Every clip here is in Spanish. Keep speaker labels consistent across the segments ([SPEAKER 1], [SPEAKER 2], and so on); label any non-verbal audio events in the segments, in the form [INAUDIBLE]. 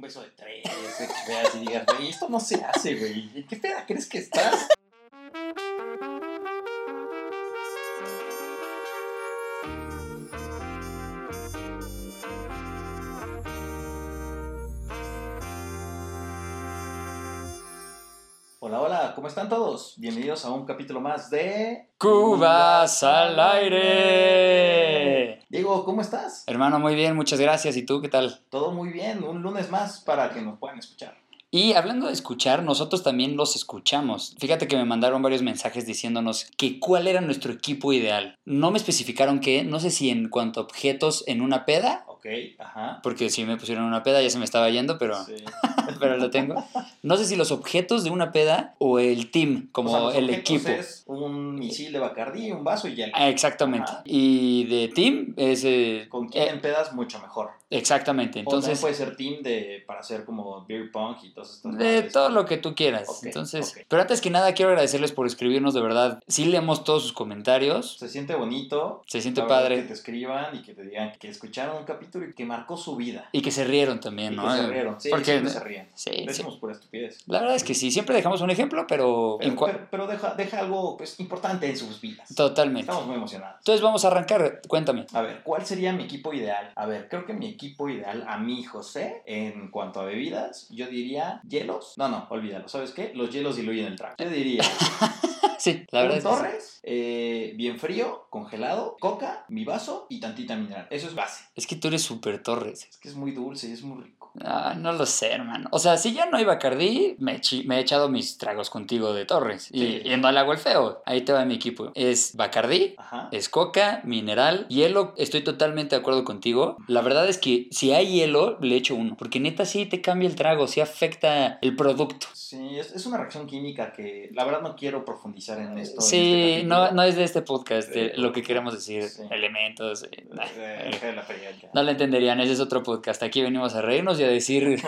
[SPEAKER 1] beso de tres, que veas y digas, güey, esto no se hace, güey. ¿En qué peda crees que estás? Hola, hola, ¿cómo están todos? Bienvenidos a un capítulo más de...
[SPEAKER 2] Cubas al aire.
[SPEAKER 1] Diego, ¿cómo estás?
[SPEAKER 2] Hermano, muy bien, muchas gracias. ¿Y tú qué tal?
[SPEAKER 1] Todo muy bien, un lunes más para que nos puedan escuchar.
[SPEAKER 2] Y hablando de escuchar, nosotros también los escuchamos. Fíjate que me mandaron varios mensajes diciéndonos que cuál era nuestro equipo ideal. No me especificaron qué, no sé si en cuanto a objetos en una peda,
[SPEAKER 1] Ok, ajá.
[SPEAKER 2] porque si me pusieron una peda ya se me estaba yendo, pero,
[SPEAKER 1] Sí.
[SPEAKER 2] [LAUGHS] pero lo tengo. No sé si los objetos de una peda o el team, como
[SPEAKER 1] O sea, los
[SPEAKER 2] el
[SPEAKER 1] objetos
[SPEAKER 2] equipo.
[SPEAKER 1] Es un misil de Bacardí, un vaso y ya.
[SPEAKER 2] Ah, Exactamente.
[SPEAKER 1] Ajá.
[SPEAKER 2] Y de team es... eh,
[SPEAKER 1] Con quien
[SPEAKER 2] eh,
[SPEAKER 1] empedas mucho mejor.
[SPEAKER 2] exactamente.
[SPEAKER 1] Entonces
[SPEAKER 2] Entonces...
[SPEAKER 1] puede ser team de para hacer como beer punk y todas estas
[SPEAKER 2] De
[SPEAKER 1] madres.
[SPEAKER 2] todo lo que tú quieras.
[SPEAKER 1] Ok,
[SPEAKER 2] Entonces,
[SPEAKER 1] ok.
[SPEAKER 2] pero antes que nada quiero agradecerles por escribirnos de verdad. Sí leemos todos sus comentarios.
[SPEAKER 1] Se siente bonito.
[SPEAKER 2] Se siente
[SPEAKER 1] la verdad,
[SPEAKER 2] padre.
[SPEAKER 1] Que te escriban y que te digan que escucharon un capítulo y que marcó su vida.
[SPEAKER 2] Y que se rieron
[SPEAKER 1] Y
[SPEAKER 2] también,
[SPEAKER 1] que
[SPEAKER 2] ¿no?
[SPEAKER 1] se rieron. Sí,
[SPEAKER 2] Porque-
[SPEAKER 1] siempre se ríen.
[SPEAKER 2] Sí, sí.
[SPEAKER 1] Decimos pura estupidez.
[SPEAKER 2] La verdad es que sí, siempre dejamos un ejemplo, pero,
[SPEAKER 1] Pero,
[SPEAKER 2] en cua-
[SPEAKER 1] pero- pero deja, deja algo pues, importante en sus vidas.
[SPEAKER 2] totalmente.
[SPEAKER 1] Estamos muy emocionados.
[SPEAKER 2] Entonces vamos a arrancar, cuéntame. [LAUGHS]
[SPEAKER 1] A ver, ¿cuál sería mi equipo ideal? A ver, creo que mi equipo ideal a mí, José, en cuanto a bebidas, yo diría hielos. No, no, olvídalo. ¿Sabes qué? Los hielos diluyen el trago. Yo diría
[SPEAKER 2] Sí, [LAUGHS] la
[SPEAKER 1] un
[SPEAKER 2] verdad es que sí.
[SPEAKER 1] Torres, eh, bien frío, congelado, coca, mi vaso y tantita mineral. Eso es base.
[SPEAKER 2] Es que tú eres súper torres.
[SPEAKER 1] Es que es muy dulce y es muy rico.
[SPEAKER 2] Ah, no lo sé, hermano. O sea, si ya no hay Bacardí, me, echi- me he echado mis tragos contigo de Torres.
[SPEAKER 1] Sí.
[SPEAKER 2] Y, y no le hago el feo. Ahí te va mi equipo. Es Bacardí,
[SPEAKER 1] Ajá.
[SPEAKER 2] Es coca, mineral, hielo. Estoy totalmente de acuerdo contigo. La verdad es que si hay hielo, le echo uno. Porque neta sí te cambia el trago, sí afecta el producto.
[SPEAKER 1] Sí, es, es una reacción química que la verdad no quiero profundizar en esto. en
[SPEAKER 2] sí,
[SPEAKER 1] este
[SPEAKER 2] no,
[SPEAKER 1] capítulo.
[SPEAKER 2] no es de este podcast
[SPEAKER 1] Sí.
[SPEAKER 2] eh, lo que queremos decir.
[SPEAKER 1] Sí.
[SPEAKER 2] Elementos. eh, nah.
[SPEAKER 1] Eh, deja de la pelea.
[SPEAKER 2] No lo entenderían, ese es otro podcast. Aquí venimos a reírnos y a
[SPEAKER 1] [LAUGHS]
[SPEAKER 2] decir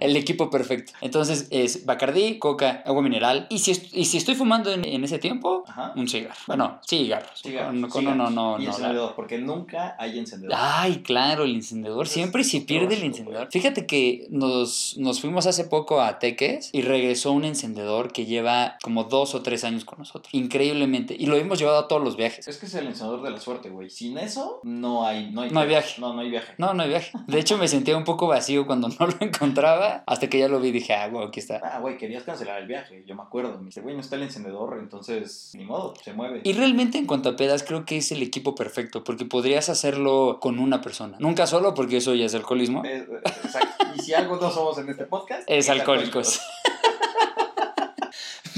[SPEAKER 2] el equipo perfecto. Entonces es Bacardí, coca, agua mineral. Y si, est- y si estoy fumando en, en ese tiempo,
[SPEAKER 1] Ajá.
[SPEAKER 2] un cigarro. Bueno, cigarros.
[SPEAKER 1] Cigarros,
[SPEAKER 2] Con- con-
[SPEAKER 1] cigarros.
[SPEAKER 2] no, no,
[SPEAKER 1] Y
[SPEAKER 2] no. no,
[SPEAKER 1] encendedor, porque nunca hay encendedor.
[SPEAKER 2] Ay, claro, el encendedor.
[SPEAKER 1] Eso
[SPEAKER 2] Siempre
[SPEAKER 1] es
[SPEAKER 2] se pierde el
[SPEAKER 1] lógico,
[SPEAKER 2] encendedor.
[SPEAKER 1] güey.
[SPEAKER 2] Fíjate que nos, nos fuimos hace poco a Teques y regresó un encendedor que lleva como dos o tres años con nosotros. Increíblemente. Y lo hemos llevado a todos los viajes.
[SPEAKER 1] Es que es el encendedor de la suerte, güey. Sin eso, no hay, no hay,
[SPEAKER 2] No hay viaje.
[SPEAKER 1] No, no hay viaje.
[SPEAKER 2] No, no hay viaje. De hecho, me sentía un poco vacío cuando [LAUGHS] no lo encontraba. Hasta que ya lo vi y dije, ah, wow, aquí está.
[SPEAKER 1] Ah, güey, querías cancelar el viaje, yo me acuerdo. Me dice, güey, no está el encendedor, entonces ni modo, se mueve.
[SPEAKER 2] Y realmente en cuanto a pedas, creo que es el equipo perfecto. Porque podrías hacerlo con una persona. Nunca solo, porque eso ya es alcoholismo.
[SPEAKER 1] Es- exacto. Y si algo no somos en este podcast,
[SPEAKER 2] Es alcohólicos. [LAUGHS]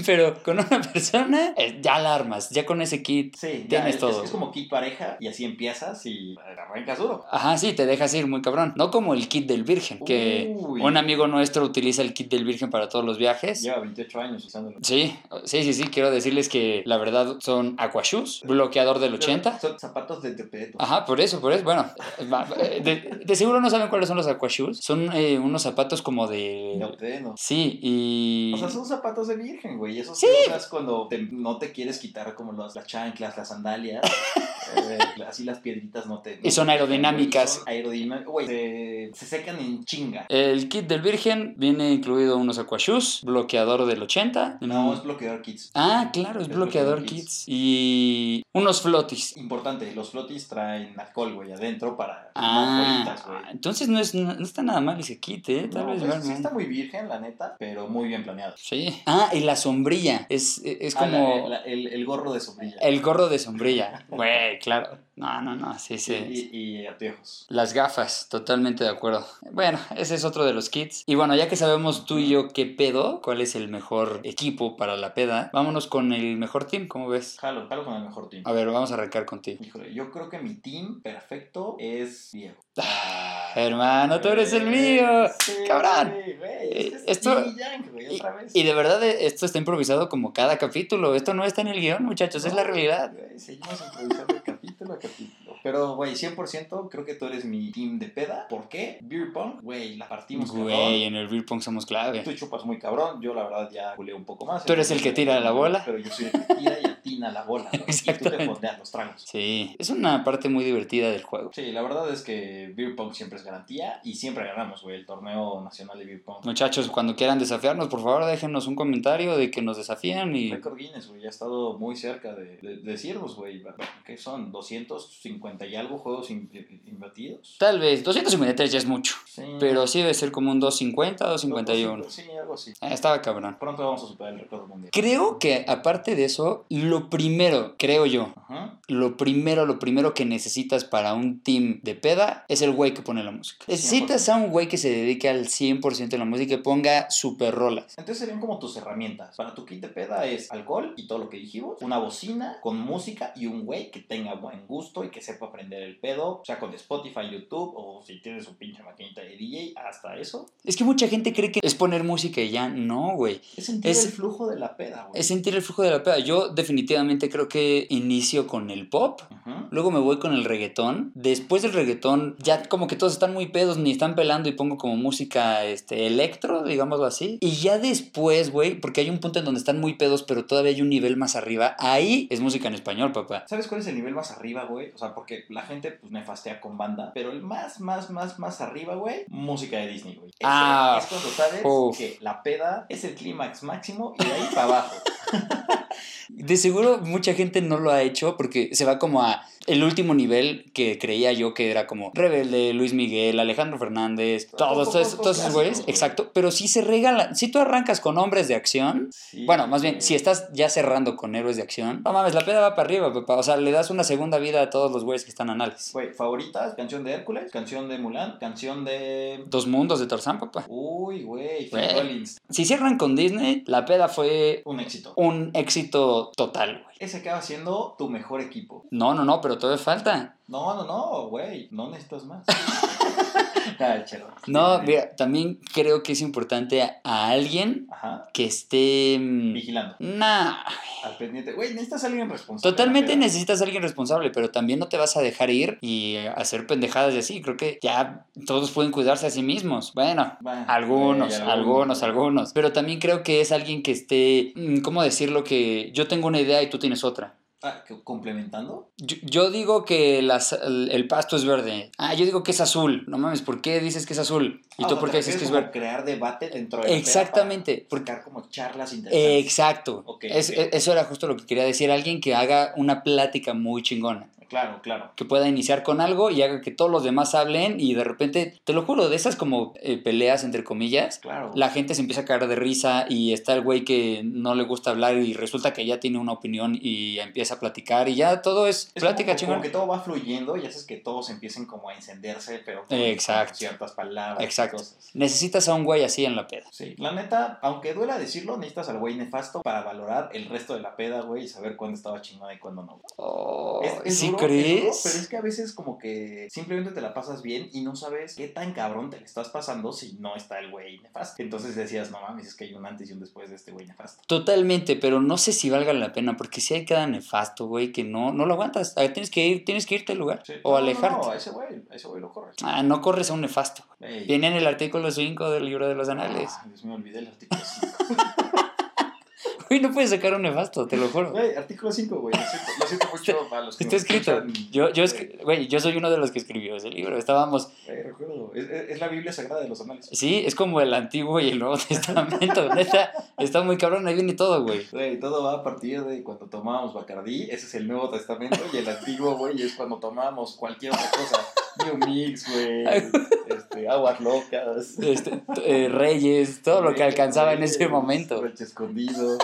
[SPEAKER 2] Pero con una persona, eh, ya alarmas, ya con ese kit. [LAUGHS]
[SPEAKER 1] Sí, ya,
[SPEAKER 2] Tienes
[SPEAKER 1] es,
[SPEAKER 2] todo.
[SPEAKER 1] Es, es como kit pareja y así empiezas y arrancas duro.
[SPEAKER 2] Ajá, sí, te dejas ir muy cabrón. No como el kit del virgen, que
[SPEAKER 1] Uy.
[SPEAKER 2] un amigo nuestro utiliza el kit del virgen para todos los viajes.
[SPEAKER 1] Lleva 28 años usándolo.
[SPEAKER 2] Sí, sí, sí, sí, quiero decirles que la verdad son aquashoes, bloqueador del 80.
[SPEAKER 1] Son zapatos de tepeto.
[SPEAKER 2] Ajá, por eso, por eso. Bueno, va- eh, de, de seguro no saben cuáles son los aquashoes. Son eh, unos zapatos como de...
[SPEAKER 1] De obteno.
[SPEAKER 2] Sí, y...
[SPEAKER 1] O sea, son zapatos de virgen, güey. Esos
[SPEAKER 2] Sí.
[SPEAKER 1] que usas cuando te- no te quieres quitar como las, las chanclas, las sandalias.
[SPEAKER 2] [LAUGHS]
[SPEAKER 1] eh, así las piedritas no te...
[SPEAKER 2] Y son aerodinámicas.
[SPEAKER 1] aerodinámicas. Güey, se, se secan en chinga.
[SPEAKER 2] El kit del Virgen viene incluido unos aquashoes, bloqueador del 80.
[SPEAKER 1] No, es bloqueador kits.
[SPEAKER 2] Mm. Ah, claro, es
[SPEAKER 1] es
[SPEAKER 2] bloqueador
[SPEAKER 1] bloqueador
[SPEAKER 2] kits. Y unos flotis.
[SPEAKER 1] Importante, los flotis traen alcohol, güey, adentro para...
[SPEAKER 2] Ah,
[SPEAKER 1] fumar bolitas, güey.
[SPEAKER 2] entonces no, es, no está nada mal ese kit, ¿eh? Tal
[SPEAKER 1] No,
[SPEAKER 2] vez
[SPEAKER 1] pues,
[SPEAKER 2] valga.
[SPEAKER 1] sí está muy virgen, la neta, pero muy bien planeado.
[SPEAKER 2] Sí. Ah, y la sombrilla. Es, es
[SPEAKER 1] Ah,
[SPEAKER 2] como
[SPEAKER 1] la- la- el, el gorro de sombrilla.
[SPEAKER 2] el gorro
[SPEAKER 1] [LAUGHS]
[SPEAKER 2] de sombrilla. Güey, claro. No, no, no, sí, sí.
[SPEAKER 1] Y, y, y anteojos.
[SPEAKER 2] Las gafas, totalmente de acuerdo. Bueno, ese es otro de los kits. Y bueno, ya que sabemos tú y yo qué pedo, cuál es el mejor equipo para la peda, vámonos con el mejor team, ¿cómo ves?
[SPEAKER 1] Jalo, jalo con el mejor team.
[SPEAKER 2] A ver, vamos a arrancar contigo.
[SPEAKER 1] Híjole, yo creo que mi team perfecto es Diego.
[SPEAKER 2] Hermano, Ah, tú eres el mío.
[SPEAKER 1] Sí,
[SPEAKER 2] cabrón. Eh,
[SPEAKER 1] güey, güey, es que es
[SPEAKER 2] Esto-
[SPEAKER 1] Yin y Yang, güey, otra vez.
[SPEAKER 2] Y de verdad eh, esto está improvisado como cada capítulo. Esto no está en el guión, muchachos, es la realidad.
[SPEAKER 1] Güey, Seguimos improvisando [LAUGHS] capítulo a capítulo. Pero, güey, 100% creo que tú eres mi team de peda. ¿Por qué? Beer pong, güey, la partimos
[SPEAKER 2] Güey, en el beer pong somos clave.
[SPEAKER 1] cabrón. Tú chupas muy cabrón. Yo, la verdad, ya culé un poco más.
[SPEAKER 2] Tú eres el que tira la bola.
[SPEAKER 1] Pero yo soy el que tira y atina la
[SPEAKER 2] [LAUGHS]
[SPEAKER 1] bola. güey, Y tú te
[SPEAKER 2] Exactamente.
[SPEAKER 1] fondeas los tragos.
[SPEAKER 2] Sí, es una parte muy divertida del juego.
[SPEAKER 1] Sí, la verdad es que Beer Pong siempre es garantía y siempre ganamos, güey, el torneo nacional de Beer Pong.
[SPEAKER 2] Muchachos, cuando quieran desafiarnos, por favor déjenos un comentario de que nos desafían y...
[SPEAKER 1] Record Guinness, güey, ha estado muy cerca de, de, de ciervos, güey. ¿Qué son? ¿250 y algo juegos in- invertidos?
[SPEAKER 2] Tal vez, 253 ya es mucho,
[SPEAKER 1] Sí.
[SPEAKER 2] pero sí debe ser como un 250, 251.
[SPEAKER 1] Sí, algo así.
[SPEAKER 2] Ah, estaba cabrón.
[SPEAKER 1] Pronto vamos a superar el récord mundial.
[SPEAKER 2] Creo que aparte de eso, lo primero, creo yo,
[SPEAKER 1] Ajá.
[SPEAKER 2] lo primero, lo primero que necesitas para un team de peda es el güey que pone la música. Necesitas a un güey que se dedique al 100% de la música y ponga super rolas.
[SPEAKER 1] Entonces serían como tus herramientas. Para tu kit de peda es alcohol y todo lo que dijimos, una bocina con música y un güey que tenga buen gusto y que sepa aprender el pedo, o sea, con Spotify, YouTube o si tienes su pinche maquinita de DJ, hasta eso.
[SPEAKER 2] Es que mucha gente cree que es poner música y ya, no, güey.
[SPEAKER 1] Es sentir
[SPEAKER 2] Es-
[SPEAKER 1] el flujo de la peda, güey.
[SPEAKER 2] Es sentir el flujo de la peda. Yo definitivamente creo que inicio con el pop.
[SPEAKER 1] Ajá.
[SPEAKER 2] Luego me voy con el reggaetón. Después del reggaetón, ya como que todos están muy pedos ni están pelando y pongo como música este, electro, digámoslo así. Y ya después, güey, porque hay un punto en donde están muy pedos, pero todavía hay un nivel más arriba. Ahí es música en español, papá.
[SPEAKER 1] ¿Sabes cuál es el nivel más arriba, güey? O sea, porque la gente pues nefastea con banda, pero el más, más, más, más arriba, güey, música de Disney, güey. Ese
[SPEAKER 2] Ah,
[SPEAKER 1] es cuando sabes
[SPEAKER 2] uf.
[SPEAKER 1] que la peda es el clímax máximo y de ahí para abajo.
[SPEAKER 2] De seguro mucha gente no lo ha hecho porque se va como a el último nivel que creía yo que era como Rebelde, Luis Miguel, Alejandro Fernández, todos, todos,
[SPEAKER 1] Todos
[SPEAKER 2] todos esos
[SPEAKER 1] clásicos,
[SPEAKER 2] güeyes.
[SPEAKER 1] güey.
[SPEAKER 2] Exacto. Pero si se regalan, si tú arrancas con hombres de acción,
[SPEAKER 1] Sí,
[SPEAKER 2] Bueno, más bien,
[SPEAKER 1] güey.
[SPEAKER 2] si estás ya cerrando con héroes de acción, no mames, la peda va para arriba, papá. O sea, le das una segunda vida a todos los güeyes que están anales.
[SPEAKER 1] Güey, favoritas, canción de Hércules, canción de Mulan, canción de...
[SPEAKER 2] Dos mundos de Tarzán, papá.
[SPEAKER 1] Uy, güey, Phil
[SPEAKER 2] Güey.
[SPEAKER 1] Collins,
[SPEAKER 2] Si cierran con Disney, la peda fue
[SPEAKER 1] un éxito.
[SPEAKER 2] un éxito total, güey.
[SPEAKER 1] Ese acaba siendo tu mejor equipo.
[SPEAKER 2] No, no, no, pero todavía falta.
[SPEAKER 1] No, no, no, güey, no necesitas
[SPEAKER 2] [LAUGHS]
[SPEAKER 1] más. Ay, chelo.
[SPEAKER 2] No, mira, también creo que es importante a, a alguien
[SPEAKER 1] Ajá,
[SPEAKER 2] que esté... mm,
[SPEAKER 1] vigilando,
[SPEAKER 2] Nah,
[SPEAKER 1] al pendiente. Güey, necesitas a alguien responsable.
[SPEAKER 2] totalmente
[SPEAKER 1] necesitas
[SPEAKER 2] necesitas a alguien responsable, pero también no te vas a dejar ir y eh, hacer pendejadas y así. Creo que ya todos pueden cuidarse a sí mismos. Bueno,
[SPEAKER 1] Bueno,
[SPEAKER 2] Algunos,
[SPEAKER 1] güey,
[SPEAKER 2] algunos, algunos. Pero también creo que es alguien que esté, mm, ¿cómo decirlo? Que yo tengo una idea y tú tienes otra.
[SPEAKER 1] Ah, ¿que- ¿Complementando?
[SPEAKER 2] Yo, yo digo que las, el, el pasto es verde. Ah, yo digo que es azul. No mames, ¿por qué dices que es azul? ¿Y
[SPEAKER 1] Ah,
[SPEAKER 2] tú
[SPEAKER 1] o
[SPEAKER 2] por
[SPEAKER 1] sea,
[SPEAKER 2] qué
[SPEAKER 1] te
[SPEAKER 2] dices que
[SPEAKER 1] refieres
[SPEAKER 2] es
[SPEAKER 1] como
[SPEAKER 2] verde?
[SPEAKER 1] crear debate dentro de
[SPEAKER 2] Exactamente.
[SPEAKER 1] Porque
[SPEAKER 2] Porque,
[SPEAKER 1] sacar como charlas interesantes.
[SPEAKER 2] exacto.
[SPEAKER 1] Ok,
[SPEAKER 2] Es-
[SPEAKER 1] ok.
[SPEAKER 2] e- Eso era justo lo que quería decir. Alguien que haga una plática muy chingona.
[SPEAKER 1] Claro, claro.
[SPEAKER 2] que pueda iniciar con algo y haga que todos los demás hablen y de repente, te lo juro, de esas como eh, peleas entre comillas,
[SPEAKER 1] Claro.
[SPEAKER 2] la gente se empieza a caer de risa y está el güey que no le gusta hablar y resulta que ya tiene una opinión y empieza a platicar y ya todo es,
[SPEAKER 1] Es
[SPEAKER 2] plática
[SPEAKER 1] como, como
[SPEAKER 2] chingón.
[SPEAKER 1] que todo va fluyendo y haces que todos empiecen como a encenderse, pero con
[SPEAKER 2] Exacto.
[SPEAKER 1] ciertas palabras. y
[SPEAKER 2] Exacto.
[SPEAKER 1] cosas.
[SPEAKER 2] Necesitas a un güey así en la peda.
[SPEAKER 1] Sí, la neta, aunque duela decirlo, necesitas al güey nefasto para valorar el resto de la peda, güey, y saber cuándo estaba chingada y cuándo no.
[SPEAKER 2] Oh,
[SPEAKER 1] Es- es
[SPEAKER 2] ¿Sí
[SPEAKER 1] duro, es
[SPEAKER 2] crees?
[SPEAKER 1] duro, pero es que a veces como que simplemente te la pasas bien y no sabes qué tan cabrón te le estás pasando si no está el güey nefasto. Entonces decías, no mames, es que hay un antes y un después de este güey nefasto.
[SPEAKER 2] Totalmente, pero no sé si valga la pena porque si hay cada nefasto, güey, que no, no lo aguantas. Ah, Tienes que ir, tienes que irte al lugar
[SPEAKER 1] Sí.
[SPEAKER 2] o
[SPEAKER 1] No,
[SPEAKER 2] alejarte.
[SPEAKER 1] No, no, a ese güey, a ese güey lo corres.
[SPEAKER 2] Ah, no corres a un nefasto.
[SPEAKER 1] Ey.
[SPEAKER 2] Viene en el artículo 5 del libro de los anales.
[SPEAKER 1] Ah, Dios mío, olvidé el artículo 5.
[SPEAKER 2] [LAUGHS] Güey, no puedes sacar un nefasto, te lo juro.
[SPEAKER 1] Güey, artículo 5, güey. Lo siento, lo siento mucho para los que
[SPEAKER 2] Está
[SPEAKER 1] nos
[SPEAKER 2] escrito.
[SPEAKER 1] escuchan.
[SPEAKER 2] Yo, yo, escri- güey, yo soy uno de los que escribió ese libro. Estábamos,
[SPEAKER 1] Güey, recuerdo. Es, es- es la Biblia sagrada de los análisis.
[SPEAKER 2] sí, es como el Antiguo y el Nuevo [LAUGHS] Testamento. Neta, está muy cabrón, ahí viene todo, güey.
[SPEAKER 1] Güey, todo va a partir de cuando tomábamos Bacardí. Ese es el Nuevo Testamento. Y el Antiguo, güey, es cuando tomábamos cualquier otra cosa. New Mix,
[SPEAKER 2] [LAUGHS]
[SPEAKER 1] güey. Este, aguas locas.
[SPEAKER 2] Este, t- eh, reyes, todo lo que alcanzaba en ese momento.
[SPEAKER 1] Roche escondido.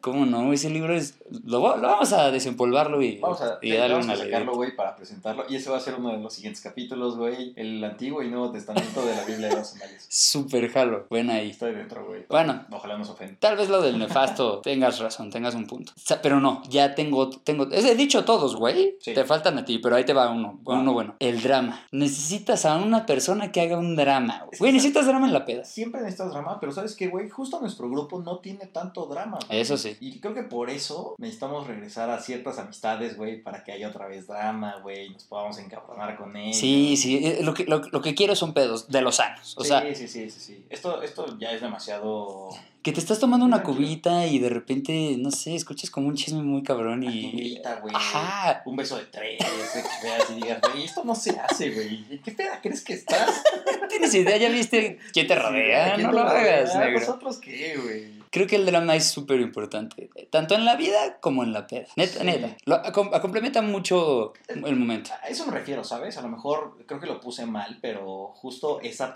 [SPEAKER 2] ¿Cómo no? Ese libro es. Lo, va- lo vamos a desempolvarlo y,
[SPEAKER 1] Vamos a,
[SPEAKER 2] y darle
[SPEAKER 1] vamos a
[SPEAKER 2] una
[SPEAKER 1] sacarlo,
[SPEAKER 2] leída.
[SPEAKER 1] güey, para presentarlo. Y ese va a ser uno de los siguientes capítulos, güey. El Antiguo y Nuevo Testamento de la Biblia de los análisis.
[SPEAKER 2] Súper jalo. Buena ahí.
[SPEAKER 1] Estoy dentro, güey.
[SPEAKER 2] Bueno,
[SPEAKER 1] Ojalá nos ofenda.
[SPEAKER 2] Tal vez lo
[SPEAKER 1] [LAUGHS]
[SPEAKER 2] del nefasto, tengas razón, tengas un punto. O sea, pero no, ya tengo, tengo, es- he dicho todos, güey.
[SPEAKER 1] Sí.
[SPEAKER 2] Te faltan a ti, pero ahí te va uno,
[SPEAKER 1] Va.
[SPEAKER 2] uno bueno. El drama. Necesitas a una persona que haga un drama, güey. Güey, necesitas drama en la peda.
[SPEAKER 1] siempre necesitas drama, pero ¿sabes qué, güey? Justo nuestro grupo no tiene tanto drama. güey.
[SPEAKER 2] Eso sí.
[SPEAKER 1] Y creo que por eso necesitamos regresar a ciertas amistades, güey, para que haya otra vez drama, güey, nos podamos encabronar con ellos.
[SPEAKER 2] Sí, sí, eh, lo que, lo, lo que quiero son pedos de los sanos. O sea,
[SPEAKER 1] sí, sí, sí, sí, sí. Esto, esto ya es demasiado...
[SPEAKER 2] que te estás tomando una
[SPEAKER 1] Tranquilo.
[SPEAKER 2] cubita y de repente, no sé, escuchas como un chisme muy cabrón
[SPEAKER 1] ¿Quién
[SPEAKER 2] y...
[SPEAKER 1] grita, güey?
[SPEAKER 2] Ajá.
[SPEAKER 1] Un beso de tres, que veas y digas, güey, esto no se hace, güey. ¿En ¿Qué peda crees que estás?
[SPEAKER 2] ¿Tienes idea? ¿Ya viste quién te rodea?
[SPEAKER 1] ¿Quién
[SPEAKER 2] No
[SPEAKER 1] te
[SPEAKER 2] lo
[SPEAKER 1] rodea?
[SPEAKER 2] hagas, negro.
[SPEAKER 1] ¿Nosotros qué, güey?
[SPEAKER 2] Creo que el drama es súper importante, tanto en la vida como en la peda. Neta,
[SPEAKER 1] Sí.
[SPEAKER 2] neta. Lo acom- complementa mucho el momento.
[SPEAKER 1] A eso me refiero, ¿sabes? A lo mejor creo que lo puse mal, pero justo esa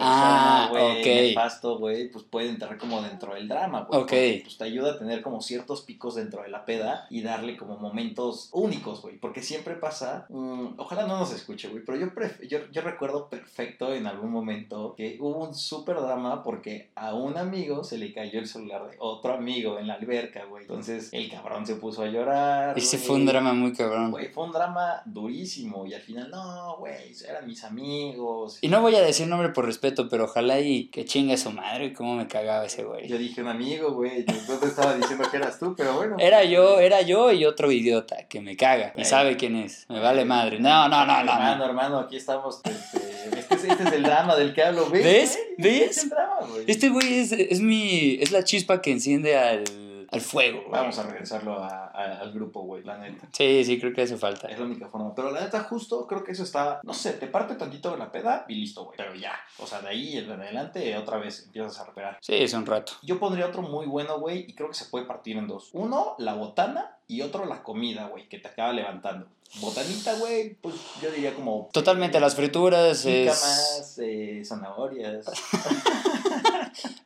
[SPEAKER 1] persona,
[SPEAKER 2] Ah,
[SPEAKER 1] güey,
[SPEAKER 2] ok.
[SPEAKER 1] nefasto, güey, pues puede entrar como dentro del drama, güey.
[SPEAKER 2] Ok.
[SPEAKER 1] porque, Pues te ayuda a tener como ciertos picos dentro de la peda y darle como momentos únicos, güey. Porque siempre pasa, mm, ojalá no nos escuche, güey, pero yo, pref- yo, yo recuerdo perfecto en algún momento que hubo un súper drama porque a un amigo se le cayó el celular de otro amigo en la alberca, güey. Entonces el cabrón se puso a llorar.
[SPEAKER 2] Ese
[SPEAKER 1] güey.
[SPEAKER 2] fue un drama muy cabrón.
[SPEAKER 1] Güey, fue un drama durísimo y al final, no, güey, eran mis amigos.
[SPEAKER 2] Y no voy a decir nombre por respeto, pero ojalá y que chinga su madre, cómo me cagaba ese güey.
[SPEAKER 1] Yo dije un amigo, güey, yo no te estaba diciendo que eras tú, pero bueno.
[SPEAKER 2] Era yo, era yo y otro idiota que me caga. Me
[SPEAKER 1] Güey.
[SPEAKER 2] sabe quién es. Me vale madre. No, no, no, no.
[SPEAKER 1] Hermano,
[SPEAKER 2] no.
[SPEAKER 1] hermano, aquí estamos. Este, este, es- este es el drama del que hablo, ¿ves?
[SPEAKER 2] ¿Ves?
[SPEAKER 1] güey? este
[SPEAKER 2] ¿Ves?
[SPEAKER 1] Es el drama, güey.
[SPEAKER 2] Este güey es, es mi. es la chispa que enciende al, al fuego. güey.
[SPEAKER 1] Vamos a regresarlo a- a- al grupo, güey, la neta.
[SPEAKER 2] Sí, sí, creo que hace falta.
[SPEAKER 1] Es la única forma. Pero la neta, justo creo que eso está. No sé, te parte tantito de la peda y listo, güey. Pero ya. O sea, de ahí en adelante, otra vez empiezas a recuperar.
[SPEAKER 2] Sí, es un rato.
[SPEAKER 1] Yo pondría otro muy bueno, güey, y creo que se puede partir en dos. Uno, la botana, y otro, la comida, güey, que te acaba levantando. Botanita, güey, pues yo diría como...
[SPEAKER 2] Totalmente, las frituras es.
[SPEAKER 1] Jícamas, eh, zanahorias.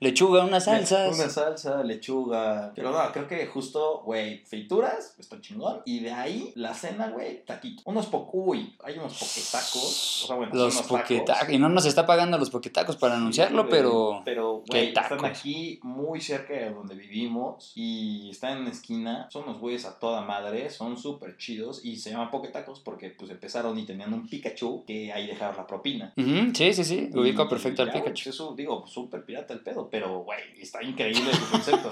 [SPEAKER 2] Lechuga, unas salsas.
[SPEAKER 1] Una salsa, lechuga. Pero no, creo que justo, güey, frituras, está chingón. Y de ahí, la cena, güey, taquito. Unos po... Uy, hay unos poquetacos. O sea, bueno, son
[SPEAKER 2] Los
[SPEAKER 1] unos tacos.
[SPEAKER 2] poquetacos. Y no nos está pagando los poquetacos para anunciarlo,
[SPEAKER 1] Sí, güey,
[SPEAKER 2] pero.
[SPEAKER 1] Pero,
[SPEAKER 2] qué
[SPEAKER 1] güey, están
[SPEAKER 2] tacos.
[SPEAKER 1] aquí muy cerca de donde vivimos y están en una esquina. Son unos güeyes a toda madre, son súper chidos y se llaman Poquetacos porque, pues, empezaron y tenían un Pikachu que ahí dejaron la propina.
[SPEAKER 2] Ujú, sí, sí, sí. Ubico
[SPEAKER 1] Y
[SPEAKER 2] perfecto al
[SPEAKER 1] ya, güey,
[SPEAKER 2] Pikachu.
[SPEAKER 1] pues, Eso, digo, súper pirata el pedo, pero, güey, está increíble su
[SPEAKER 2] [LAUGHS]
[SPEAKER 1] concepto.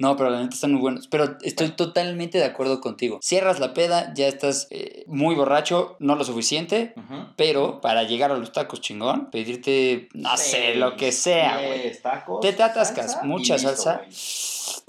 [SPEAKER 2] No, pero la neta están muy buenos. Pero estoy totalmente de acuerdo contigo. Cierras la peda, ya estás eh, muy borracho, no lo suficiente.
[SPEAKER 1] Ujú.
[SPEAKER 2] Pero para llegar a los tacos chingón, pedirte, no sé,
[SPEAKER 1] Seis,
[SPEAKER 2] lo que sea, güey.
[SPEAKER 1] diez tacos,
[SPEAKER 2] Te te atascas,
[SPEAKER 1] salsa y
[SPEAKER 2] mucha
[SPEAKER 1] listo,
[SPEAKER 2] salsa.
[SPEAKER 1] güey.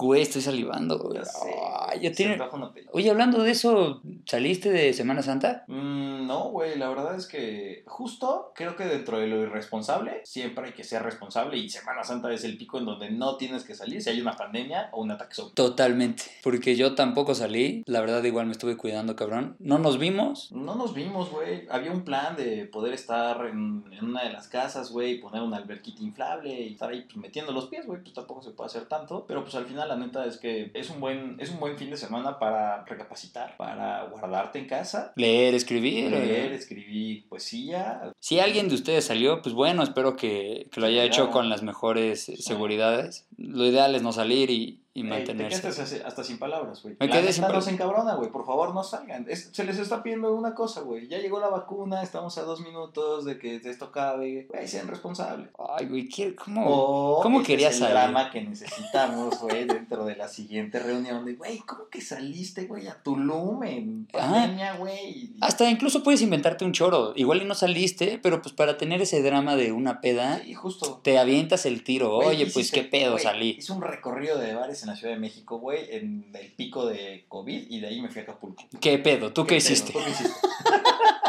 [SPEAKER 2] Güey, estoy salivando, güey.
[SPEAKER 1] Ya sé,
[SPEAKER 2] Ay, ya
[SPEAKER 1] se
[SPEAKER 2] tiene-
[SPEAKER 1] antoja una pe-
[SPEAKER 2] Oye, hablando de eso, ¿saliste de Semana Santa?
[SPEAKER 1] Mm, no, güey, la verdad es que justo creo que dentro de lo irresponsable siempre hay que ser responsable y Semana Santa es el pico en donde no tienes que salir si hay una pandemia o una taxón.
[SPEAKER 2] Totalmente. Porque yo tampoco salí. La verdad, igual me estuve cuidando, cabrón. No nos vimos.
[SPEAKER 1] No nos vimos, güey. Había un plan de poder estar en, en una de las casas, güey, poner un alberquita inflable y estar ahí pues, metiendo los pies, güey. Pues tampoco se puede hacer tanto. Pero pues al final la neta es que es un buen, es un buen fin de semana para recapacitar, para guardarte en casa.
[SPEAKER 2] Leer, escribir.
[SPEAKER 1] Leer,
[SPEAKER 2] eh.
[SPEAKER 1] escribir poesía,
[SPEAKER 2] Si alguien de ustedes salió, pues bueno, espero que, que lo haya hecho
[SPEAKER 1] Claro.
[SPEAKER 2] con las mejores eh, seguridades. Lo ideal es no salir y, y
[SPEAKER 1] Ey, Eh, te
[SPEAKER 2] mantenerse.
[SPEAKER 1] quedaste hasta- hasta sin palabras, güey.
[SPEAKER 2] Me
[SPEAKER 1] La
[SPEAKER 2] quedé
[SPEAKER 1] neta
[SPEAKER 2] sin
[SPEAKER 1] no
[SPEAKER 2] palabras.
[SPEAKER 1] se encabrona, güey. Por favor, no salgan. Es- se les está pidiendo una cosa, güey. Ya llegó la vacuna, estamos a dos minutos de que esto cabe. Güey, sean responsables.
[SPEAKER 2] Ay, güey, ¿qué- ¿cómo?
[SPEAKER 1] O
[SPEAKER 2] ¿cómo
[SPEAKER 1] este
[SPEAKER 2] querías
[SPEAKER 1] es el
[SPEAKER 2] salir?
[SPEAKER 1] drama que necesitamos, güey, dentro de la siguiente reunión. De, güey, ¿cómo que saliste, güey, a Tulum en
[SPEAKER 2] Ah.
[SPEAKER 1] pandemia, güey?
[SPEAKER 2] Hasta incluso puedes inventarte un choro. Igual y no saliste, pero pues para tener ese drama de una peda,
[SPEAKER 1] Sí, justo.
[SPEAKER 2] te avientas el tiro.
[SPEAKER 1] Güey,
[SPEAKER 2] ¿eh? Oye, pues
[SPEAKER 1] hiciste-
[SPEAKER 2] qué pedo
[SPEAKER 1] güey,
[SPEAKER 2] salí.
[SPEAKER 1] Hice un recorrido de bares en la Ciudad de México, güey, en el pico de COVID y de ahí me fui a Acapulco.
[SPEAKER 2] ¿Qué pedo? ¿Tú qué,
[SPEAKER 1] pedo?
[SPEAKER 2] hiciste?
[SPEAKER 1] Este, ¿Tú qué hiciste? [LAUGHS]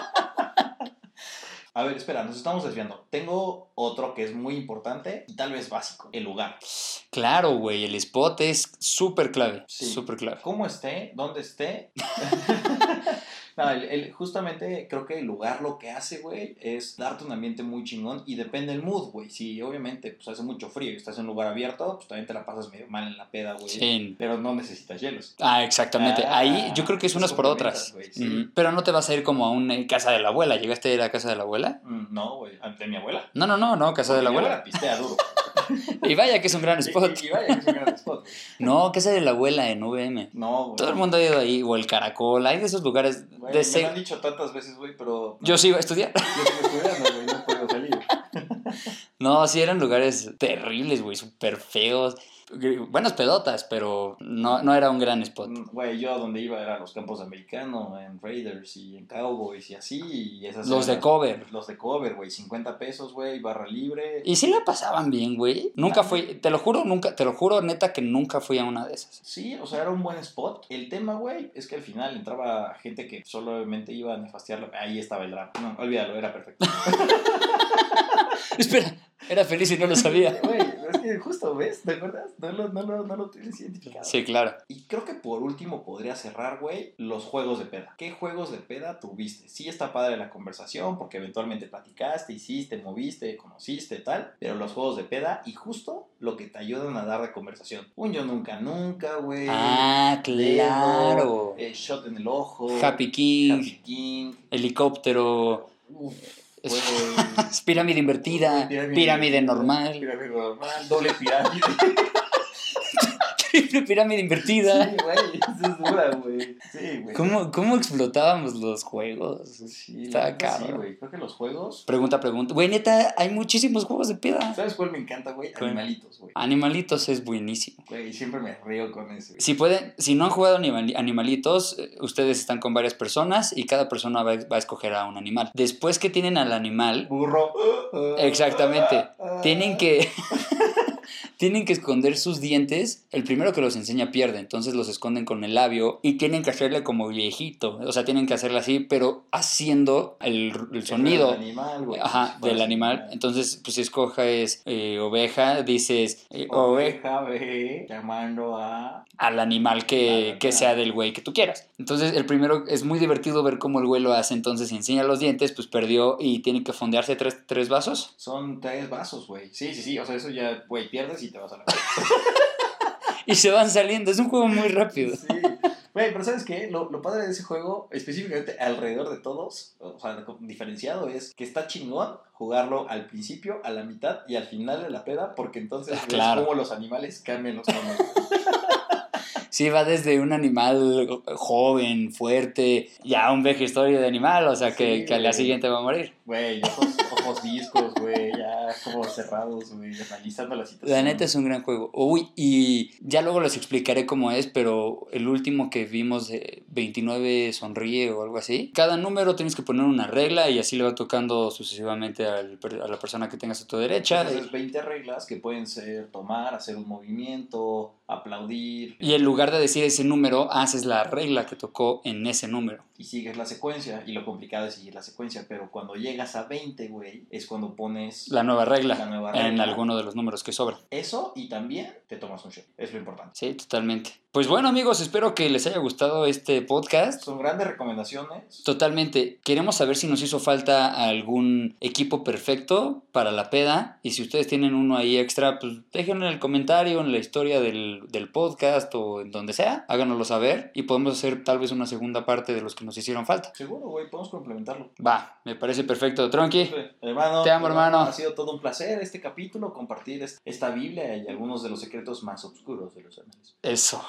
[SPEAKER 1] A ver, espera, nos estamos desviando. Tengo otro que es muy importante y tal vez básico, el lugar.
[SPEAKER 2] Claro, güey, el spot es súper clave.
[SPEAKER 1] Sí.
[SPEAKER 2] Súper clave.
[SPEAKER 1] Cómo esté, dónde esté. [LAUGHS] no, el- el- justamente creo que el lugar lo que hace, güey, es darte un ambiente muy chingón y depende el mood, güey. Si obviamente pues hace mucho frío y estás en un lugar abierto, pues también te la pasas medio mal en la peda, güey.
[SPEAKER 2] Sí.
[SPEAKER 1] Pero no necesitas hielos.
[SPEAKER 2] Ah, exactamente.
[SPEAKER 1] Ah,
[SPEAKER 2] Ahí yo creo que es
[SPEAKER 1] los
[SPEAKER 2] unas por
[SPEAKER 1] complementas,
[SPEAKER 2] otras.
[SPEAKER 1] güey, sí.
[SPEAKER 2] Mm, Pero no te vas a ir como a una casa de la abuela. ¿Llegaste a ir a casa de la abuela?
[SPEAKER 1] Mm, No, güey, ante mi abuela.
[SPEAKER 2] No, no, no, no, Casa de la
[SPEAKER 1] Mi
[SPEAKER 2] Abuela.
[SPEAKER 1] Pistea duro.
[SPEAKER 2] Y vaya que es un gran spot.
[SPEAKER 1] Y, y vaya, es un gran spot, güey.
[SPEAKER 2] No, Casa de la Abuela en VM.
[SPEAKER 1] [LAUGHS] No, güey.
[SPEAKER 2] Todo el mundo ha ido ahí, o el Caracol, hay de esos lugares.
[SPEAKER 1] Güey,
[SPEAKER 2] de
[SPEAKER 1] me
[SPEAKER 2] se-
[SPEAKER 1] lo han dicho tantas veces, güey, pero. no,
[SPEAKER 2] [LAUGHS] Yo sí iba a estudiar.
[SPEAKER 1] Yo sigo estudiando, güey, no puedo salir.
[SPEAKER 2] No, sí eran lugares terribles, güey, súper feos. buenas pedotas, pero no, no era un gran spot.
[SPEAKER 1] Mm, Güey, yo donde iba era los campos americanos, en Raiders y en Cowboys y así. Y esas
[SPEAKER 2] Los
[SPEAKER 1] eran
[SPEAKER 2] de cover.
[SPEAKER 1] Los de cover, güey. 50 pesos, güey. Barra libre.
[SPEAKER 2] Y sí la pasaban bien, güey. Nunca
[SPEAKER 1] Claro.
[SPEAKER 2] fui, te lo juro, nunca, te lo juro, neta, que nunca fui a una de esas. [LAUGHS]
[SPEAKER 1] Sí, o sea, era un buen spot. El tema, güey, es que al final entraba gente que solamente iba a nefastearlo. Ahí estaba el drama. No, olvídalo, era
[SPEAKER 2] [LAUGHS]
[SPEAKER 1] perfecto.
[SPEAKER 2] Espera, era feliz y no lo sabía.
[SPEAKER 1] Güey, es que justo, ¿ves? ¿Te acuerdas? No lo, no lo, no lo tienes identificado.
[SPEAKER 2] Sí, claro.
[SPEAKER 1] Y creo que por último podría cerrar, güey, los juegos de peda. ¿Qué juegos de peda tuviste? Sí está padre la conversación porque eventualmente platicaste, hiciste, moviste, conociste, tal. Pero los juegos de peda y justo lo que te ayudan a dar de conversación. Un yo nunca nunca, güey.
[SPEAKER 2] Ah,
[SPEAKER 1] Dedo,
[SPEAKER 2] claro.
[SPEAKER 1] eh, shot en el ojo.
[SPEAKER 2] Happy King,
[SPEAKER 1] Happy King.
[SPEAKER 2] helicóptero,
[SPEAKER 1] Uf,
[SPEAKER 2] Es-
[SPEAKER 1] güey.
[SPEAKER 2] pirámide invertida,
[SPEAKER 1] Pirámide-
[SPEAKER 2] pirámide normal,
[SPEAKER 1] Pirámide normal, doble
[SPEAKER 2] [LAUGHS]
[SPEAKER 1] pirámide.
[SPEAKER 2] triple [LAUGHS] pirámide
[SPEAKER 1] sí,
[SPEAKER 2] invertida.
[SPEAKER 1] güey, eso es dura, güey. Sí, güey.
[SPEAKER 2] ¿Cómo, cómo explotábamos los juegos?
[SPEAKER 1] Sí,
[SPEAKER 2] Está
[SPEAKER 1] la neta sí,
[SPEAKER 2] cabrón.
[SPEAKER 1] güey. Creo que los juegos.
[SPEAKER 2] Pregunta, pregunta. Güey, neta, hay muchísimos juegos de peda.
[SPEAKER 1] ¿Sabes cuál me encanta, güey?
[SPEAKER 2] ¿Cuál?
[SPEAKER 1] Animalitos, güey.
[SPEAKER 2] Animalitos es buenísimo.
[SPEAKER 1] Güey, siempre me río con ese. güey.
[SPEAKER 2] Si pueden, si no han jugado animal- animalitos, eh, ustedes están con varias personas y cada persona va, va a escoger a un animal. Después que tienen al animal,
[SPEAKER 1] Burro.
[SPEAKER 2] Exactamente.
[SPEAKER 1] Ah.
[SPEAKER 2] tienen que [LAUGHS] tienen que esconder sus dientes. El primero que los enseña pierde, entonces los esconden con el labio y tienen que hacerle como viejito, o sea, tienen que hacerle así, pero haciendo el, el
[SPEAKER 1] El
[SPEAKER 2] sonido.
[SPEAKER 1] Ah, Del animal, güey. Pues,
[SPEAKER 2] Ajá,
[SPEAKER 1] Sí,
[SPEAKER 2] del
[SPEAKER 1] sí,
[SPEAKER 2] animal. Entonces, pues si escoges eh, oveja, dices eh, ove-
[SPEAKER 1] Oveja, ve, llamando a.
[SPEAKER 2] al animal que,
[SPEAKER 1] Al
[SPEAKER 2] que
[SPEAKER 1] animal.
[SPEAKER 2] sea del güey que tú quieras. Entonces, el primero es muy divertido ver cómo el güey lo hace. Entonces, si enseña los dientes, pues perdió y tiene que fondearse tres, tres vasos.
[SPEAKER 1] Son tres vasos, güey. Sí, sí, sí. O sea, eso ya, güey, pierdes y te vas a la.
[SPEAKER 2] Y se van saliendo. Es un juego muy rápido.
[SPEAKER 1] Sí. Güey, pero ¿sabes qué? Lo, lo padre de ese juego, específicamente alrededor de todos, o sea, co- diferenciado, es que está chingón jugarlo al principio, a la mitad y al final de la peda, porque entonces
[SPEAKER 2] Ah,
[SPEAKER 1] ves
[SPEAKER 2] claro.
[SPEAKER 1] cómo los animales cambian los tonos.
[SPEAKER 2] Sí, va desde un animal joven, fuerte, ya a un viejo historia de animal, o sea, que,
[SPEAKER 1] Sí,
[SPEAKER 2] que al día
[SPEAKER 1] güey.
[SPEAKER 2] siguiente va a morir.
[SPEAKER 1] Güey, ojos, ojos discos, güey, ya como cerrados, güey, analizando la situación.
[SPEAKER 2] La neta es un gran juego. Uy, y ya luego les explicaré cómo es, pero el último que vimos de 29 sonríe o algo así. Cada número tienes que poner una regla y así le va tocando sucesivamente al per- a la persona que tengas a tu derecha.
[SPEAKER 1] Entonces, 20 reglas que pueden ser tomar, hacer un movimiento, aplaudir,
[SPEAKER 2] Y en lugar de decir ese número, haces la regla que tocó en ese número.
[SPEAKER 1] y sigues la secuencia. Y lo complicado es seguir la secuencia, pero cuando llegas a 20, güey, es cuando pones
[SPEAKER 2] La nueva regla,
[SPEAKER 1] La nueva
[SPEAKER 2] en
[SPEAKER 1] regla.
[SPEAKER 2] alguno de los números que sobra.
[SPEAKER 1] Eso y también te tomas un shot. Es lo importante.
[SPEAKER 2] Sí, totalmente. Pues bueno, amigos, espero que les haya gustado este podcast.
[SPEAKER 1] Son grandes recomendaciones.
[SPEAKER 2] Totalmente. Queremos saber si nos hizo falta algún equipo perfecto para la peda. Y si ustedes tienen uno ahí extra, pues déjenlo en el comentario, en la historia del, del podcast o en donde sea. Háganoslo saber y podemos hacer tal vez una segunda parte de los que nos hicieron falta.
[SPEAKER 1] Seguro, güey, podemos complementarlo.
[SPEAKER 2] Va, me parece perfecto. Tronqui,
[SPEAKER 1] Hermano, pues,
[SPEAKER 2] Te amo, hermano.
[SPEAKER 1] Ha sido todo un placer este capítulo, compartir es- esta Biblia y algunos de los secretos más oscuros de los anales.
[SPEAKER 2] eso.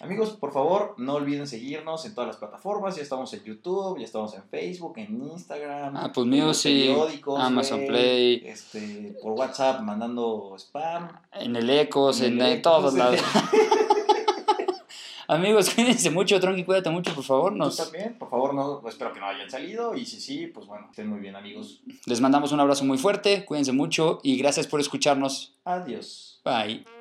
[SPEAKER 1] Amigos, por favor, no olviden seguirnos en todas las plataformas. Ya estamos en YouTube, ya estamos en Facebook, en Instagram.
[SPEAKER 2] Apple
[SPEAKER 1] en los
[SPEAKER 2] Music,
[SPEAKER 1] periódicos,
[SPEAKER 2] pues, Amazon
[SPEAKER 1] güey,
[SPEAKER 2] Play.
[SPEAKER 1] Este, por WhatsApp mandando spam.
[SPEAKER 2] En el Ecos, en,
[SPEAKER 1] En el
[SPEAKER 2] eh, todos
[SPEAKER 1] Ecos.
[SPEAKER 2] lados.
[SPEAKER 1] [LAUGHS]
[SPEAKER 2] Amigos, [LAUGHS] cuídense mucho, Tronqui, cuídate mucho, por favor.
[SPEAKER 1] Tú
[SPEAKER 2] Nos,
[SPEAKER 1] también, por favor, no, espero que no hayan salido. Y si sí, pues bueno, estén muy bien, amigos.
[SPEAKER 2] les mandamos un abrazo muy fuerte, cuídense mucho y gracias por escucharnos.
[SPEAKER 1] Adiós.
[SPEAKER 2] Bye.